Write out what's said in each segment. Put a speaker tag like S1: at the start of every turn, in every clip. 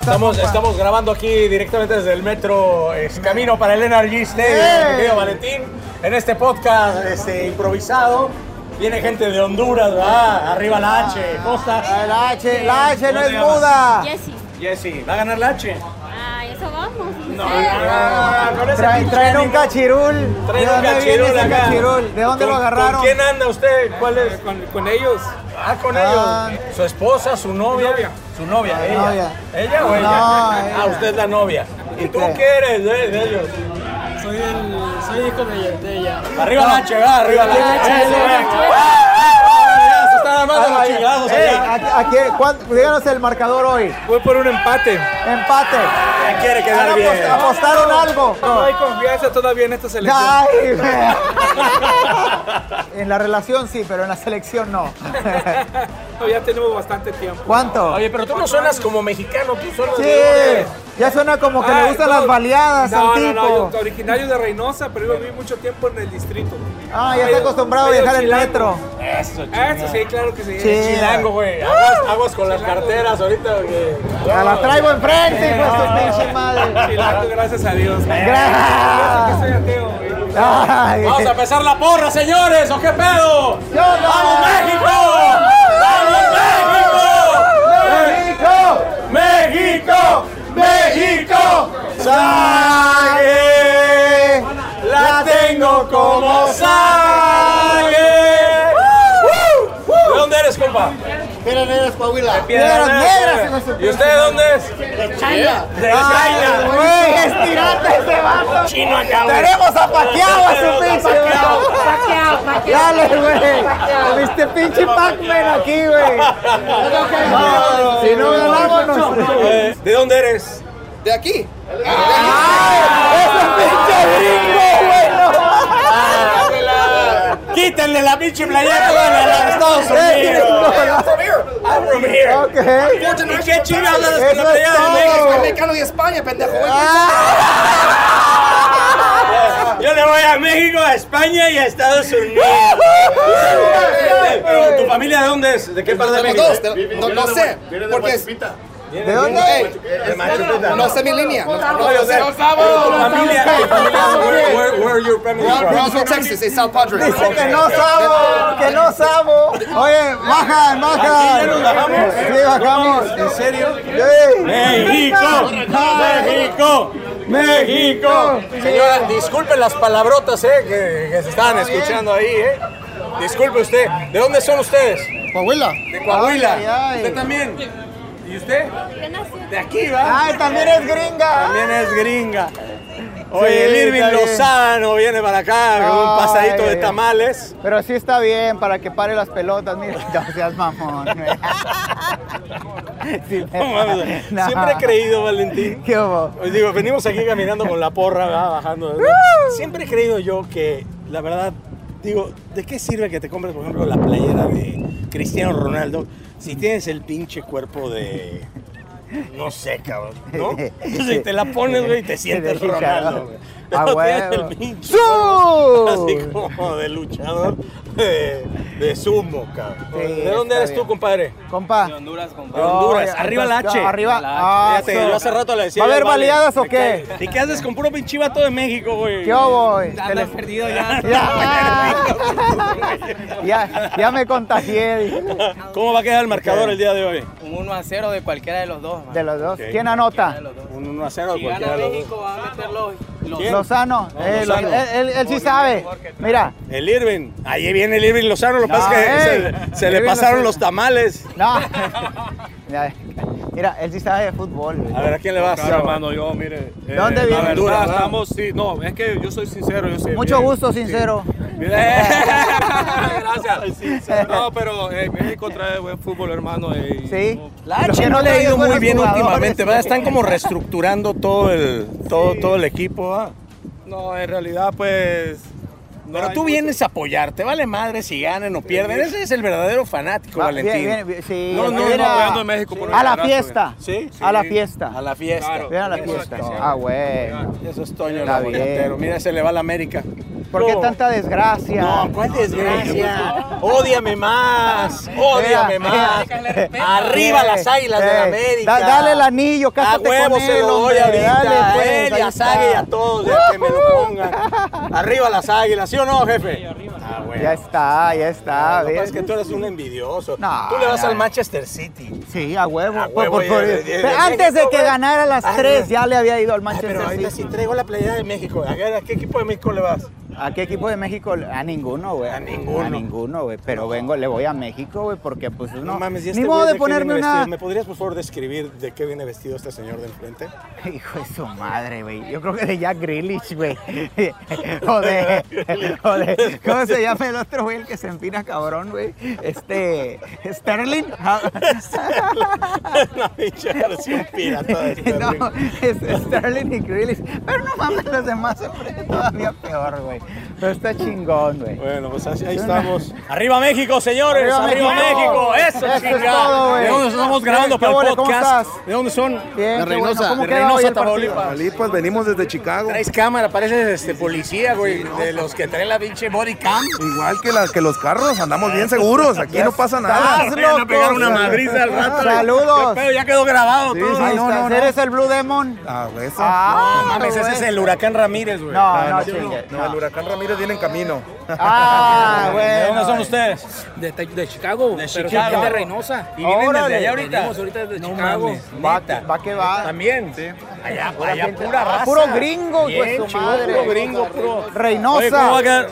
S1: Estamos, estamos grabando aquí directamente desde el metro es Camino para el Energy
S2: ¡Eh!
S1: Stadium, mi querido Valentín, en este podcast este, improvisado. Viene gente de Honduras, ¿verdad? Arriba la H, ¿cómo estás?
S2: La H, la H
S1: ¿Cómo
S2: no es
S1: te llamas?
S2: muda.
S3: Jessy.
S1: Jessy, ¿va a ganar la H?
S3: Ah, eso vamos.
S1: No, no, no, no, no les
S2: Trae,
S1: escucho,
S2: traen un
S1: amigo.
S2: cachirul.
S1: Traen
S2: ¿De
S1: un
S2: dónde
S1: cachirul
S2: viene ese
S1: acá.
S2: cachirul? ¿De dónde lo
S1: ¿Con-
S2: agarraron?
S1: ¿Con quién anda usted? ¿Cuál es?
S4: Con, con ellos.
S1: Ah, con
S2: Ah.
S1: ellos. Su esposa, su novia.
S4: novia.
S1: Su novia,
S2: Ah,
S1: ella.
S2: novia.
S1: ¿Ella o ella?
S2: No,
S1: Ah,
S2: ella.
S1: usted es la novia. ¿Y tú
S2: creo.
S1: qué eres de, de ellos?
S4: Soy, el, soy hijo de, ella.
S1: Arriba la H, va, arriba la
S2: Ah,
S1: H. Eso,
S2: chale.
S1: va. Ah, ya Se están armando los
S2: Ay,
S1: chingados
S2: ey,
S1: allá.
S2: aquí- aquí- ¿cuánto- díganos el marcador hoy.
S4: Voy por un empate.
S2: Empate.
S1: Ya quiere
S2: Van a
S1: quedar bien.
S2: apost- apostaron algo.
S4: No hay confianza todavía en esta selección.
S2: Ay, güey. en la relación sí, pero en la selección no.
S4: Todavía tenemos bastante tiempo.
S2: ¿Cuánto?
S1: Oye, pero tú no suenas como mexicano, tú suenas
S2: Sí.
S1: de-
S2: Ya suena como que le
S4: Ay,
S2: gustan
S4: no.
S2: las baleadas
S4: no,
S2: al
S4: no,
S2: tipo.
S4: No, yo originario de Reynosa, pero yo viví mucho tiempo en el distrito.
S2: Ah, ya está
S4: Medio-
S2: acostumbrado a
S4: medio
S2: viajar en
S4: chilango.
S2: metro.
S1: Eso, chico.
S4: Ah, eso sí, claro que sí.
S2: Sí.
S1: Chilango, güey. Aguas, aguas con las carteras ahorita. porque-
S2: Ya la traigo enfrente, hijo de su pinche madre.
S4: Chilango, gracias a Dios.
S2: Gra-
S4: Yo soy ateo, güey.
S2: Ay.
S1: Vamos a empezar la porra, señores, ¿o qué pedo?
S2: Yo no.
S1: ¡Vamos México! ¡Vamos
S2: ¡México!
S1: México! ¡México! ¡México! ¡Sangre! ¡La tengo como sangre! ¿De dónde eres, compa?
S5: Miren, eres Coahuila.
S2: Piedras Negras, hijo de su
S1: ¿Y
S2: pinche
S1: usted de dónde es? De China.
S2: Güey, estirate ese vato.
S1: Chino acá, güey.
S2: Tenemos a Paquiao a su pinche vato.
S3: Paqueado, paqueado.
S2: Dale, güey. Viste pinche Pac-Man aquí, güey. Si no ganamos, nos...
S1: Eh, ¿De dónde eres?
S5: De aquí.
S2: ¡Ese pinche gringo, güey!
S1: ¡Quítenle la pinche playera a la de Estados Unidos!
S2: No,
S1: I'm from here.
S2: no. Ok.
S1: ¿Y qué chingados hablas
S2: Eso
S1: con la
S2: es
S1: playera de México?
S2: todo.
S5: Mexicano y España, pendejo.
S1: Yo le voy a México, a España y a Estados Unidos. Pero tu familia de dónde es? ¿De qué parte de
S5: Los
S1: México?
S5: dos, de- no, no sé. Porque es-
S2: ¿De dónde?
S5: Ey, no sé mi línea. No, no, no sé.
S1: Tu familia, tu familia, where, where, where are your family from?
S5: Brownsville, Texas, de South Padre.
S2: Dice que no sabo, que no sabo. Oye, bajan, bajan. Sí, bajamos. ¿En serio?
S1: México, México, México. Señora, disculpen las palabrotas eh, que, que se estaban escuchando ahí. Eh. Disculpe usted. ¿De dónde son ustedes?
S5: Coahuila.
S1: De
S2: Ay,
S1: Coahuila.
S2: ay.
S1: ¿Usted también? ¿Y usted? De aquí, ¿va?
S2: Ay, también es gringa.
S1: También es gringa. Oye, el
S2: Sí,
S1: Irving
S2: está bien.
S1: Lozano viene para acá con un
S2: Ay,
S1: pasadito de
S2: ay.
S1: tamales.
S2: Pero sí está bien para que pare las pelotas, mira, no seas mamón. Sí,
S1: No mames,
S2: no.
S1: Siempre he creído, Valentín.
S2: ¿Qué hubo?
S1: Os digo, venimos aquí caminando con la porra, ¿verdad? bajando. ¿verdad? Siempre he creído yo que, la verdad, digo, ¿de qué sirve que te compres, por ejemplo, la playera de Cristiano Ronaldo si tienes el pinche cuerpo de... No sé, cabrón, ¿no? Si te la pones, güey, y te sientes
S2: De
S1: Ronaldo,
S2: chicharrón.
S1: güey.
S2: A
S1: No tienes
S2: huevo.
S1: el pinche
S2: ¡Su!
S1: Así como de luchador de, de sumo, cabrón.
S2: Sí,
S1: ¿De dónde
S2: está
S1: eres
S2: bien.
S1: tú, compadre?
S2: Compa.
S4: Honduras,
S1: De Honduras.
S2: Ay,
S1: Arriba la H.
S2: Arriba.
S4: La H.
S2: Ah,
S1: Fíjate, yo hace rato le decía.
S2: ¿Va a haber
S1: vale,
S2: baleadas o
S1: me
S2: qué?
S1: cae. ¿Y qué haces con puro pinche vato de México, güey?
S2: ¿Qué hubo? güey? Te le-
S4: perdido ya.
S2: Ya, ya, ya me contagié dije,
S1: ¿Cómo va a quedar el marcador el día de hoy?
S6: Un 1 a 0 de cualquiera de los dos. man.
S2: de los dos.
S1: Ok.
S2: ¿Quién anota?
S6: Cualquiera de los dos.
S1: Un 1 a 0
S6: Si
S1: cualquiera
S6: gana
S1: de los dos.
S6: México, va a meter los, los
S1: ¿Quién?
S2: Lozano. eh, lo-
S1: Lozano.
S2: Él, él- él sí sabe. Mira.
S1: El Irving. Ahí viene el Irving Lozano. Lo que
S2: No,
S1: pasa es que
S2: ey.
S1: se, se le
S2: Irving
S1: pasaron
S2: Lozano.
S1: los tamales.
S2: No. Mira, Mira, él sí sabe de fútbol. güey.
S1: A ver, ¿a quién le vas?
S7: Claro, mano, yo, mire. eh,
S2: ¿Dónde viene?
S7: La verdad,
S1: Honduras, ¿verdad? eh,
S7: estamos, sí, no, es que yo soy sincero, yo sé.
S2: Ah. Mucho
S7: bien.
S2: gusto, sincero.
S7: Gracias. Soy sincero. No, pero eh, México trae buen fútbol, hermano. eh, y
S2: Sí.
S1: La
S2: Lo
S1: H
S2: que
S1: no le ha
S2: trae
S1: ido muy
S2: buenos
S1: bien
S2: jugadores.
S1: últimamente, ¿verdad? Están como reestructurando todo el, todo, todo el equipo, ¿verdad?
S7: No, en realidad, pues. no
S1: Pero
S7: hay
S1: tú
S7: mucho-
S1: vienes a apoyar, te vale madre si ganan o pierden. Ese es el verdadero fanático,
S2: Va,
S1: Valentín.
S2: bien, bien, bien, sí.
S7: No, no,
S2: Viene
S7: no,
S2: a-
S7: apoyando a México por el
S2: A la
S7: abrazo,
S2: fiesta.
S1: eh. Sí, sí.
S2: A la fiesta.
S1: A la fiesta.
S7: Claro.
S2: Viene a la
S7: Eso es
S2: fiesta.
S7: que sí.
S2: Ah, güey.
S1: Eso es Toño el
S2: Está bien.
S1: aguacatero. Mira, se le va a la América. Oh.
S2: ¿Por qué tanta desgracia?
S1: No, cuál desgracia. Ódiame más. Ódiame
S2: Ea,
S1: más.
S2: ea.
S1: Arriba
S2: Eh,
S1: las águilas de
S2: eh,
S1: la América.
S2: da- dale el anillo,
S1: A
S2: cásate
S1: huevo
S2: con
S1: se
S2: él,
S1: lo doy
S2: hombre,
S1: ahorita
S2: dale,
S1: a
S2: pues,
S1: él y
S2: ahí
S1: a Sague y
S2: está.
S1: a todos, ya que me lo pongan. Arriba las águilas, ¿sí o no, jefe? Ah, bueno.
S2: Ya está, ya está.
S1: Lo que
S2: ¿ves?
S1: pasa es que tú eres un envidioso.
S2: Ah, No,
S1: tú le vas
S2: ya,
S1: al
S2: ya.
S1: Manchester City.
S2: Sí, a huevo.
S1: A
S2: Por-
S1: huevo,
S2: por-
S1: y
S2: por-
S1: de- de- de
S2: antes de
S1: México,
S2: que
S1: güey.
S2: ganara las
S1: Ah,
S2: tres, ya le había ido al Manchester
S1: Pero ahorita sí
S2: City.
S1: traigo la playera de México. A ver, ¿a qué equipo de México le vas?
S2: ¿A qué equipo de México? A ninguno, güey.
S1: A ninguno.
S2: A ninguno, güey. Pero vengo, le voy a México, güey, porque pues no.
S1: ¿y
S2: Ni
S1: este
S2: modo
S1: güey
S2: de
S1: qué viene
S2: ponerme
S1: vestido?
S2: una.
S1: ¿Me podrías, por favor, describir de qué viene vestido este señor del frente?
S2: Hijo de su madre, güey. Yo creo que de Jack Grealish, güey. O de, o de- ¿Cómo se llama el otro güey el que se empina cabrón, güey? Este. Sterling. Ah.
S1: Una pinche versión pirata de este
S2: no,
S1: ring.
S2: es Sterling y Grealish. Pero no mames, los demás se ponen todavía peor, güey. Pero está chingón, güey.
S1: Bueno, pues así- ahí estamos. ¡Arriba México, señores!
S2: ¡Arriba ¡Arriba México! México! ¡Eso, Eso es chica! todo, güey. ¿De dónde estamos grabando ¿Qué para el hubo, cómo podcast? estás?
S1: ¿De dónde son?
S2: Bien,
S5: De
S2: qué bueno.
S5: Reynosa,
S2: ¿Cómo
S5: de
S2: queda hoy el partido?
S8: Tamaulipas, venimos desde Chicago.
S1: Traes cámara, pareces este, policía, güey. de los que traen la pinche body cam.
S8: Igual que, las que los carros, andamos bien seguros. Aquí no pasa nada.
S2: ¡Estás loco!
S1: al rato.
S2: ¡Saludos!
S1: Pero ya quedó grabado
S8: Sí,
S1: todo.
S8: sí,
S2: Ahí
S8: no,
S2: está,
S8: no, no.
S2: ¿Eres el Blue Demon?
S8: Ah, güey, eso.
S2: Ah,
S1: No mames, ese
S2: güey.
S1: es el huracán Ramírez, güey.
S2: No,
S8: Ah,
S2: no,
S8: no,
S2: chingue,
S8: no, el
S2: no.
S8: huracán Ramírez viene en camino.
S2: Ah, güey.
S1: ¿De dónde son ustedes?
S6: De, Chicago.
S1: De Chicago.
S6: De Reynosa.
S1: Y vienen
S2: Órale.
S1: desde allá ahorita.
S6: Venimos ahorita desde Chicago.
S2: Va,
S1: neta.
S2: va que va.
S1: También. Allá, allá
S2: gente-
S1: pura
S2: ah,
S1: raza.
S2: puro gringo, hijo de
S1: Bien,
S2: su
S1: chivo,
S2: madre.
S1: Puro gringo, puro.
S2: Reynosa.
S1: Oye, ¿cómo va a quedar?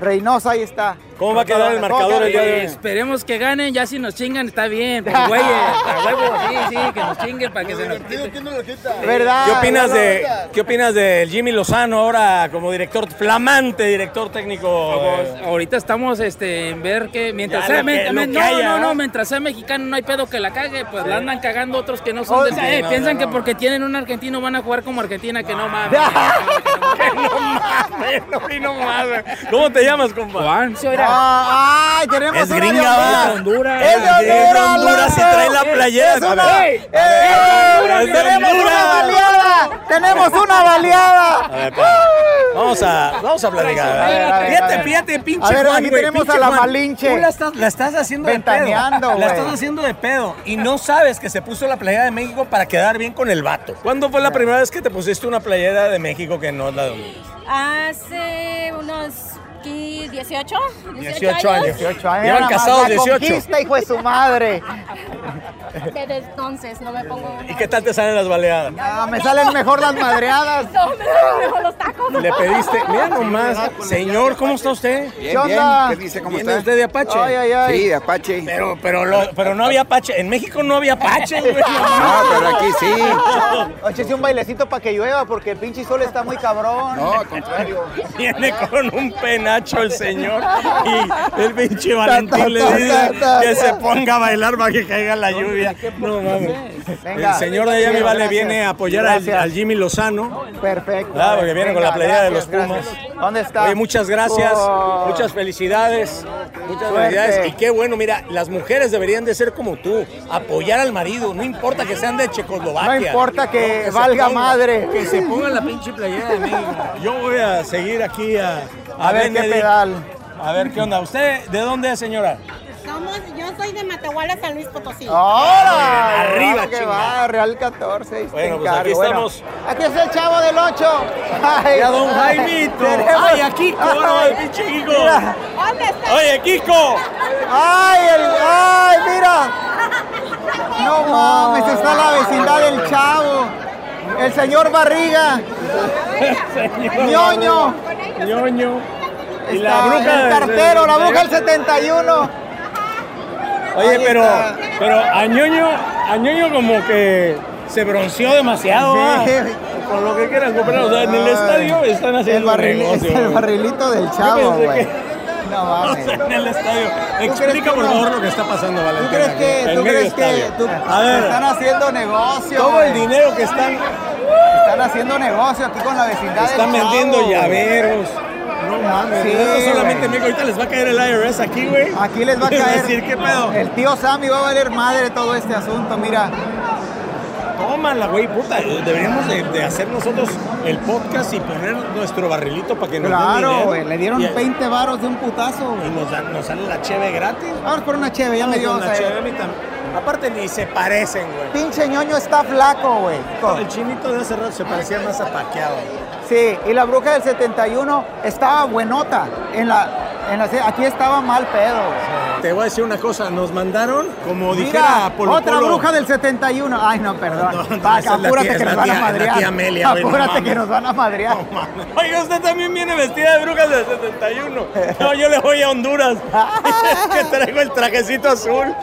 S2: Reynosa, ahí está.
S1: ¿Cómo va a quedar el marcador el día de hoy?
S6: esperemos que ganen, ya si nos chingan está bien, pues güeyes, a huevo, sí, sí, que nos chinguen para que se nos quite.
S2: ¿Verdad?
S1: ¿Qué opinas de qué opinas del Jimmy Lozano ahora como director flamante director técnico? eh?
S6: Ahorita estamos este, en ver que mientras
S1: Ya, lo
S6: sea,
S1: que-
S6: men-
S1: lo
S6: men-
S1: que
S6: no,
S1: haya,
S6: no,
S1: ¿no?
S6: no, mientras sea mexicano no hay pedo que la cague, pues la andan cagando otros que no son
S2: Oh,
S6: del
S2: sí,
S6: eh,
S1: no,
S6: piensan
S1: no,
S6: que
S1: no.
S6: porque tienen un argentino van a jugar como Argentina, que no mames.
S1: Que no mames, no vi nomás, güey. Eh, ¿Cómo te llamas, compa?
S6: Juan, sí, oiga.
S2: Ah, ay, tenemos
S1: Es
S2: una
S1: gringa,
S2: de Honduras.
S1: va.
S2: Es
S6: Honduras.
S2: de
S1: Es de
S2: Honduras,
S1: Honduras y
S2: loco.
S1: trae la playera.
S2: Es
S1: A
S2: una-
S1: ver.
S2: ¡Ey! ¡Ey!
S1: Es de
S2: Tenemos una
S1: Honduras.
S2: baleada. Tenemos una baleada.
S1: A ver, Vamos a, vamos a platicar.
S2: A ver, a ver, a
S1: fíjate,
S2: ver.
S1: fíjate, pinche.
S2: A ver,
S1: Juan,
S2: aquí
S1: güey,
S2: tenemos
S1: pinche
S2: a la
S1: Juan.
S2: Malinche.
S1: Tú la estás, la estás haciendo de pedo.
S2: Ventaneando,
S1: La
S2: güey.
S1: estás haciendo de pedo. Y no sabes que se puso la playera de México para quedar bien con el vato. ¿Cuándo fue la primera vez que te pusiste una playera de México que no es la de
S3: Hace unos 15, 18,
S1: 18 años.
S2: Ocho
S1: Llevan
S2: años, nada más,
S1: casados
S2: la
S1: 18.
S2: Conquista, hijo de su madre.
S3: Desde entonces no me pongo.
S1: ¿Y qué tal te salen las baleadas?
S2: Ah, me salen mejor las madreadas.
S3: No, me salen mejor los tacos.
S1: Le pediste, mira nomás, señor, ¿cómo está usted?
S2: ¿Qué onda?
S8: ¿Qué dice? ¿Cómo
S1: ¿Viene
S8: está?
S1: usted de Apache?
S2: Ay, ay, ay.
S8: Sí, de Apache.
S1: Pero, pero, lo- pero no había Apache. En México no había Apache, güey.
S8: No, pero aquí sí.
S2: Échese un bailecito para que llueva porque el pinche sol está muy cabrón.
S8: No, al contrario.
S1: Viene con un penacho el señor y el pinche Valentín le
S2: ta,
S1: dice
S2: ta, ta,
S1: que
S2: ta.
S1: se ponga a bailar para que caiga la lluvia. No mames.
S2: Venga.
S1: El señor de allá
S2: Sí,
S1: mi vale
S2: gracias.
S1: viene a apoyar al,
S2: Gracias.
S1: al Jimmy Lozano.
S2: Perfecto.
S1: Ah, porque viene con la playera de los
S2: gracias,
S1: Pumas.
S2: gracias. ¿Dónde está?
S1: Oye, muchas gracias,
S2: Oh.
S1: muchas felicidades, muchas
S2: Suerte.
S1: felicidades. Y qué bueno, mira, las mujeres deberían de ser como tú, apoyar al marido, no importa que sean de Checoslovaquia.
S2: No importa que
S1: se
S2: valga
S1: ponga-
S2: madre.
S1: Que se ponga la pinche playera de México. Yo voy a seguir aquí a,
S2: A ver qué
S1: Benedict.
S2: pedal.
S1: A ver qué onda. ¿Usted de dónde es, señora?
S9: Somos, yo soy de Matehuala, San Luis Potosí.
S2: ¡Hola!
S1: Arriba,
S2: Vamos que
S1: chingada.
S2: va, Real 14. ahí está
S1: Bueno,
S2: el
S1: pues aquí
S2: cargo. Bueno,
S1: estamos.
S2: Aquí está el chavo del 8. Ay,
S1: Ya, don Jaimito.
S2: Tenemos-
S1: Ah, Ay, a Kiko, no, el pinche Kiko.
S2: Mira.
S9: ¿Dónde está?
S1: Oye, Kiko.
S2: ¡Ay, el, ay, mira! No mames, está la vecindad del chavo. El señor Barriga, ñoño,
S1: Ñoño. Y
S2: está
S1: la bruja.
S2: el
S1: del-
S2: cartero, la bruja del 71.
S1: Oye,
S2: Ahí
S1: pero,
S2: está.
S1: pero a Ñoño, a Ñoño como que se bronceó demasiado. ¿va?
S2: Sí.
S1: Con lo que quieras comprar. O sea, en el
S2: Ay.
S1: estadio están
S2: El,
S1: haciendo un
S2: barril-
S1: negocio.
S2: el
S1: güey.
S2: barrilito del chavo,
S1: pensé
S2: güey.
S1: que-
S2: No
S1: O sea,
S2: mames.
S1: en el estadio.
S2: crees que
S1: Explica por
S2: no?
S1: favor lo que está pasando,
S2: ¿Tú
S1: Valentina.
S2: crees que,
S1: En medio
S2: tú crees que
S1: estadio.
S2: tú-
S1: a ver,
S2: están haciendo negocio?
S1: todo el
S2: güey.
S1: dinero que están,
S2: Están haciendo negocio aquí con la vecindad
S1: están
S2: del chavo.
S1: vendiendo llaveros. No mames.
S2: Sí,
S1: eso solamente
S2: güey.
S1: me ahorita les va a caer el IRS aquí, güey.
S2: Aquí les va a
S1: Es
S2: caer.
S1: decir, ¿qué pedo?
S2: El tío Sammy va a valer madre todo este asunto, mira.
S1: Todo tómala, güey, puta. Deberíamos de, de hacer nosotros el podcast y poner nuestro barrilito para que nos den
S2: Claro,
S1: dinero.
S2: güey. Le dieron
S1: Y-
S2: 20 varos de un putazo,
S1: Y
S2: güey.
S1: nos, dan- nos sale la cheve gratis.
S2: Vamos por una cheve, ya me dio.
S1: Con
S2: o
S1: la
S2: sea,
S1: cheve, a mí tam- Aparte ni se parecen, güey.
S2: Pinche ñoño está flaco, güey.
S1: El chinito de hace rato se parecía más a Paquiao.
S2: Sí, y la bruja del 71 estaba buenota. En la, en la, aquí estaba mal pedo, güey.
S1: Te voy a decir una cosa, nos mandaron, como dijera
S2: Mira,
S1: Polo
S2: otra
S1: Polo,
S2: bruja del 71. Ay, no, perdón.
S1: No, no,
S2: Vaca,
S1: esa es la
S2: apúrate
S1: tía-
S2: que
S1: es
S2: nos
S1: la
S2: van a
S1: tía- es la
S2: madrear.
S1: tía Amelia, güey, no
S2: apúrate
S1: mames.
S2: que nos van a madrear.
S1: No mames. Oiga, usted también viene vestida de brujas del 71. No, yo le voy a Honduras. que traigo el trajecito azul.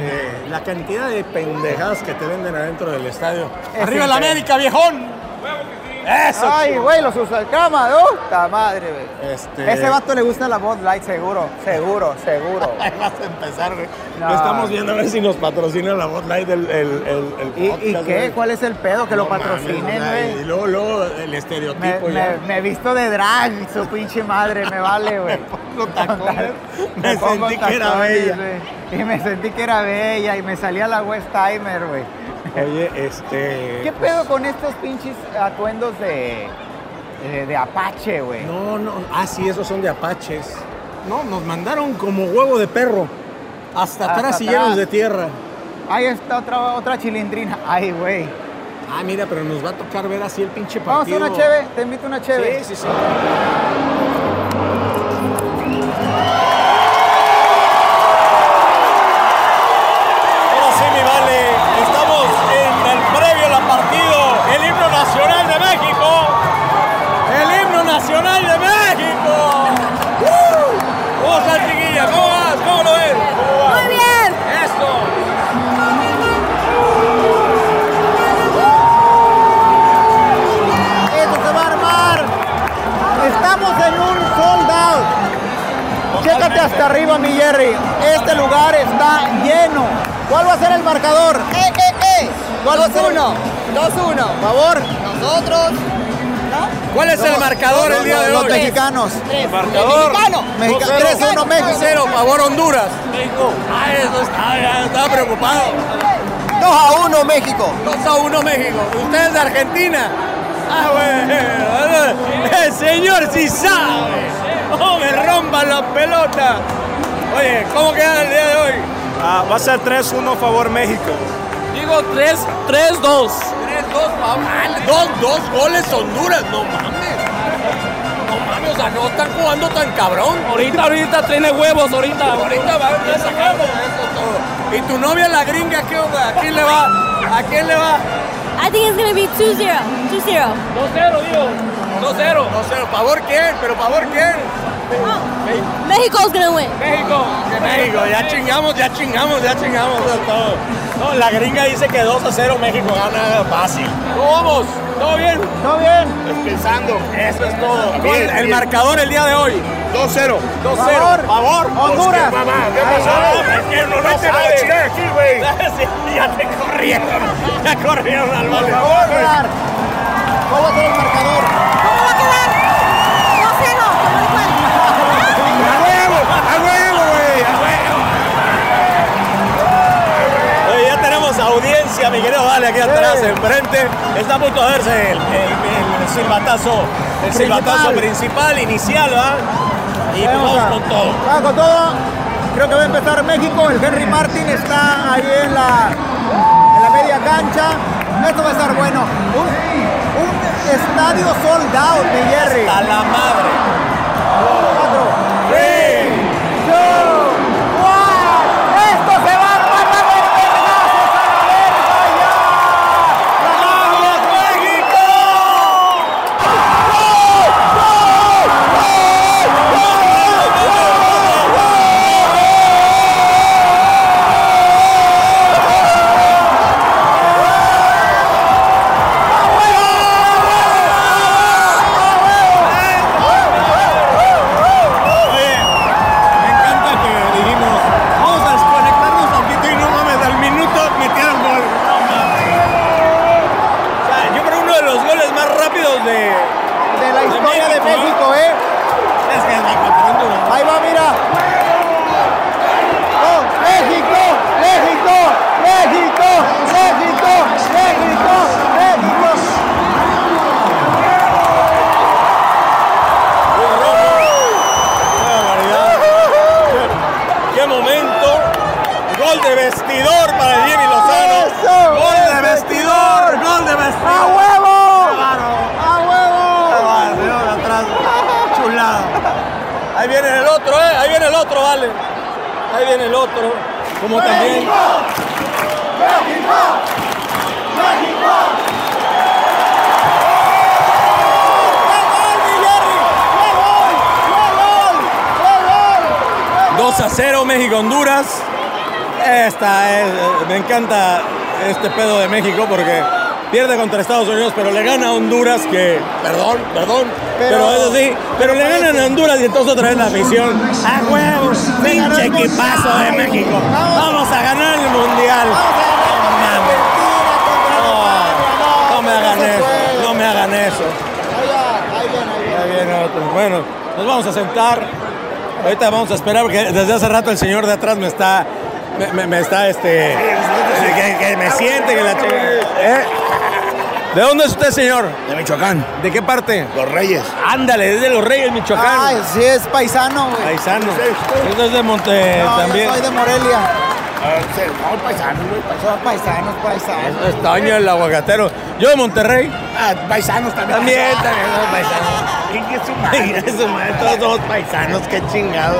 S1: Eh, la cantidad de pendejadas que te venden adentro del estadio.
S2: Es
S1: ¡Arriba la
S2: increíble.
S1: América, viejón! ¡Eso!
S2: Ay, güey, los usacamas, ¿no? ¡Puta madre, güey!
S1: Este-
S2: Ese vato le gusta la voz light, seguro, seguro, seguro.
S1: Ahí vas a empezar, güey.
S2: No.
S1: Lo estamos viendo a ver si nos patrocina la Bot Light del el, el- el
S2: ¿Y,
S1: podcast,
S2: y
S1: güey.
S2: qué? ¿Cuál es el pedo? Que lo
S1: No mames,
S2: patrocinen,
S1: o sea, Y
S2: güey.
S1: luego, luego el
S2: Me,
S1: estereotipo ya.
S2: me, me visto de drag, su pinche madre, me vale, güey.
S1: pongo tacones. Me
S2: pongo
S1: sentí que era bella.
S2: güey. Y me sentí que era bella y me salía la West Timer, güey.
S1: Oye, este.
S2: ¿Qué
S1: pues,
S2: pedo con estos pinches atuendos de, de, de Apache, güey?
S1: No, no. Ah, sí, esos son de apaches. No, nos mandaron como huevo de perro. Hasta,
S2: Hasta
S1: atrás y
S2: atrás.
S1: llenos de tierra.
S2: Ahí está otra, otra chilindrina. Ay, güey.
S1: Ah, mira, pero nos va a tocar ver así el pinche
S2: Vamos a
S1: partido.
S2: una cheve, te invito a una cheve.
S1: Sí, sí, sí. Ahora sí, mi vale, estamos en el previo al partido, el himno nacional de México. El himno nacional de México. ¡Woo! ¿Cómo estás, chiquilla? ¿Cómo vas? ¿Cómo lo ves?
S3: Muy bien.
S1: Eh, ¡Eso!
S2: Eso se va a armar. Estamos en un sold out. Chécate hasta arriba, mi Jerry. Este lugar está lleno. ¿Cuál va a ser el marcador? ¡Eh, eh, eh! ¿Cuál va a ser? 2-1. 2-1. favor. Nosotros.
S1: ¿Cuál es el marcador el día de
S2: Los
S1: hoy?
S2: mexicanos.
S1: Marcador.
S2: Mexica- 3-1 México.
S1: Cero, favor Honduras. México. Ah, eso está, ya estaba preocupado.
S2: 2 a 1 México.
S1: 2 a 1 México. Ustedes de Argentina. Ah, bueno. El señor sí sabe. Oh, me rompan la pelota. Oye, ¿cómo queda el día de hoy?
S7: Ah, va a ser 3-1 favor México.
S6: Digo 3,
S1: 3,
S6: 3, 2.
S1: 2, dos, dos goles Honduras, no mames. No mames, o sea, no están jugando tan cabrón.
S6: Ahorita, ahorita tiene huevos, ahorita.
S1: Ahorita va a sacar eso todo. ¿Y tu novia la gringa qué onda? ¿A quién le va? ¿A quién le va?
S3: I think it's gonna be 2-0. 2-0.
S6: 2-0, digo. 2-0.
S1: No sé, ¿favor quién? ¿Pero favor quién?
S3: Mexico's gonna win.
S6: México.
S1: De México, ya chingamos, ya chingamos, ya chingamos de todo. No, la gringa dice que 2 a 0 México gana fácil. ¿Cómo vamos? ¿Todo bien?
S2: ¿Todo bien?
S1: Empezando. Eso es todo. el marcador el día de hoy.
S8: 2-0.
S1: 2 a 0.
S2: Favor.
S1: Favor.
S2: Honduras.
S1: Ya te corrieron. Ya corrieron al
S2: ¿Cómo va a quedar? ¿Cómo va a ser el marcador?
S9: ¿Cómo va a quedar? 2-0, como igual.
S1: Oye, ya tenemos audiencia, mi querido Vale, aquí atrás, enfrente. Está a punto de verse el, el- el silbatazo, el silbatazo principal, inicial, ¿va? Y pues, vamos con todo.
S2: Vamos con todo. Creo que va a empezar México. El Henry Martin está ahí en la, en la media cancha. Esto va a estar bueno. Un, un estadio sold out de Jerry.
S1: A la madre.
S2: Cuatro, tres, dos, one. Esto se va a matar de pedazos a la verga ya. La
S1: ¡Vamos, México! ¿eh?
S2: ¿eh? Oh,
S1: Gol de vestidor para Jimmy Lozano.
S2: ¡Eso!
S1: Gol de vestidor. Gol de vestidor.
S2: ¡A huevo!
S1: Bárbaro.
S2: ¡A huevo!
S1: Barrio de atrás. Chulada. Ahí viene el otro, eh. Ahí viene el otro, vale. Ahí viene el otro. Como también. ¡México! ¡México! ¡México! 2 a 0 México-Honduras. Esta es. Me encanta este pedo de México porque pierde contra Estados Unidos, pero le gana a Honduras que. Perdón, perdón. Pero,
S2: Pero-
S1: eso sí, pero le ganan a Honduras y entonces otra vez la afición. ¡A huevos! ¡Pinche equipazo de México! ¡Vamos a ganar el mundial! No, no me hagan eso, no me hagan eso. Ahí viene otro. Bueno, nos vamos a sentar. Ahorita vamos a esperar porque desde hace rato el señor de atrás me está. Me, me- me está este. Que, que me siente que la chingada. ¿Eh? ¿De dónde es usted, señor?
S8: De Michoacán,
S1: ¿De qué parte?
S8: los Reyes.
S1: Ándale, desde Los Reyes, Michoacán.
S2: Ay, sí, es paisano, güey.
S1: Paisano. Eso es de Monte
S2: No,
S1: eh, también.
S2: yo soy de Morelia.
S8: No, paisanos, güey,
S2: Son paisanos, paisanos.
S1: Estaño el aguacatero. Yo de Monterrey.
S8: paisanos. Ah, Paisanos también.
S1: También, también somos paisanos.
S8: Chingue su
S1: Mira,
S8: madre.
S1: eso, madre, todos somos paisanos, qué chingado.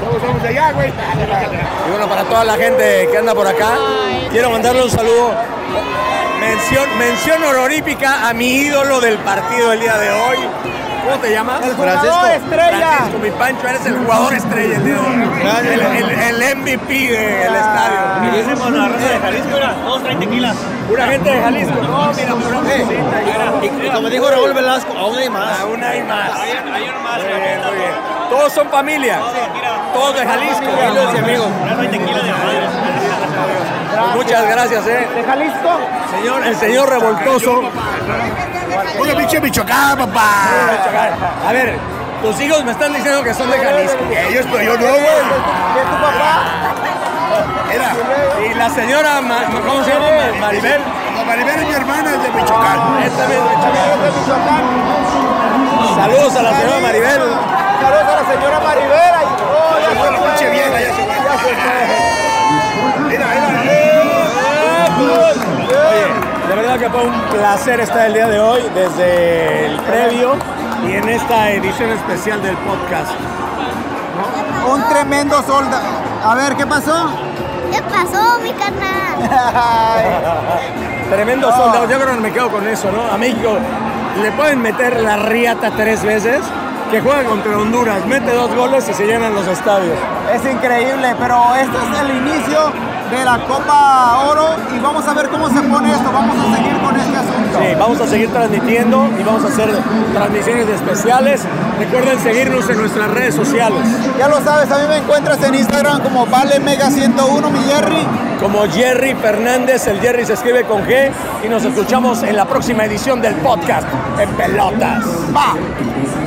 S8: Todos somos de allá, güey.
S1: Y bueno, para toda la gente que anda por acá, quiero mandarle un saludo. Mención, mención honorífica a mi ídolo del partido el día de hoy. ¿Cómo te llamas?
S2: El jugador estrella.
S1: Francisco, mi Pancho, eres el jugador estrella el día de hoy. El, el- el MVP del estadio. la raza de Jalisco, todos traen tequilas. Pura gente de Jalisco. No, mira, y, como dijo Raúl Velasco, aún hay más. Aún hay más. Hay, uno más. Muy bien, muy bien. Todos son familia. Todos de Jalisco. Amigos y amigos. Pues Muchas gracias, eh.
S2: ¿De Jalisco?
S1: Señor, el señor revoltoso.
S8: Oye, pinche Michoacán, papá.
S1: A ver, tus hijos me están diciendo que son de Jalisco.
S8: Ellos, pero yo no, güey.
S2: ¿De tu papá?
S8: Era.
S1: Y la señora, Ma- ¿cómo se llama? Ma- Maribel.
S8: No, Maribel es mi hermana, es de Michoacán.
S1: Esta vez me choca.
S2: ¿De Michoacán?
S1: este Saludos a la señora Maribel.
S2: Saludos a la señora Maribela. Oh, ya se
S8: Bueno,
S2: fue.
S8: pinche vieja, ya se va.
S2: Ya se fue.
S8: Mira, mira.
S1: De verdad que fue un placer estar el día de hoy desde el previo y en esta edición especial del podcast.
S2: Un tremendo soldado. A ver, ¿qué pasó?
S9: ¿Qué pasó, mi carnal?
S2: Ay, Ah.
S1: Tremendo soldado, yo creo que me quedo con eso, ¿no? A México le pueden meter la riata tres veces, que juega contra Honduras, mete dos goles y se llenan los estadios.
S2: es increíble, pero este es el inicio de la Copa Oro y vamos a ver cómo se pone esto. Vamos a seguir con este asunto.
S1: Sí, vamos a seguir transmitiendo y vamos a hacer transmisiones especiales. Recuerden seguirnos en nuestras redes sociales,
S2: Ya lo sabes, a mí me encuentras en Instagram como ValeMega101, mi Jerry.
S1: como Jerry Fernández, el Jerry se escribe con G y nos escuchamos en la próxima edición del podcast en Pelotas.
S2: ¡Va!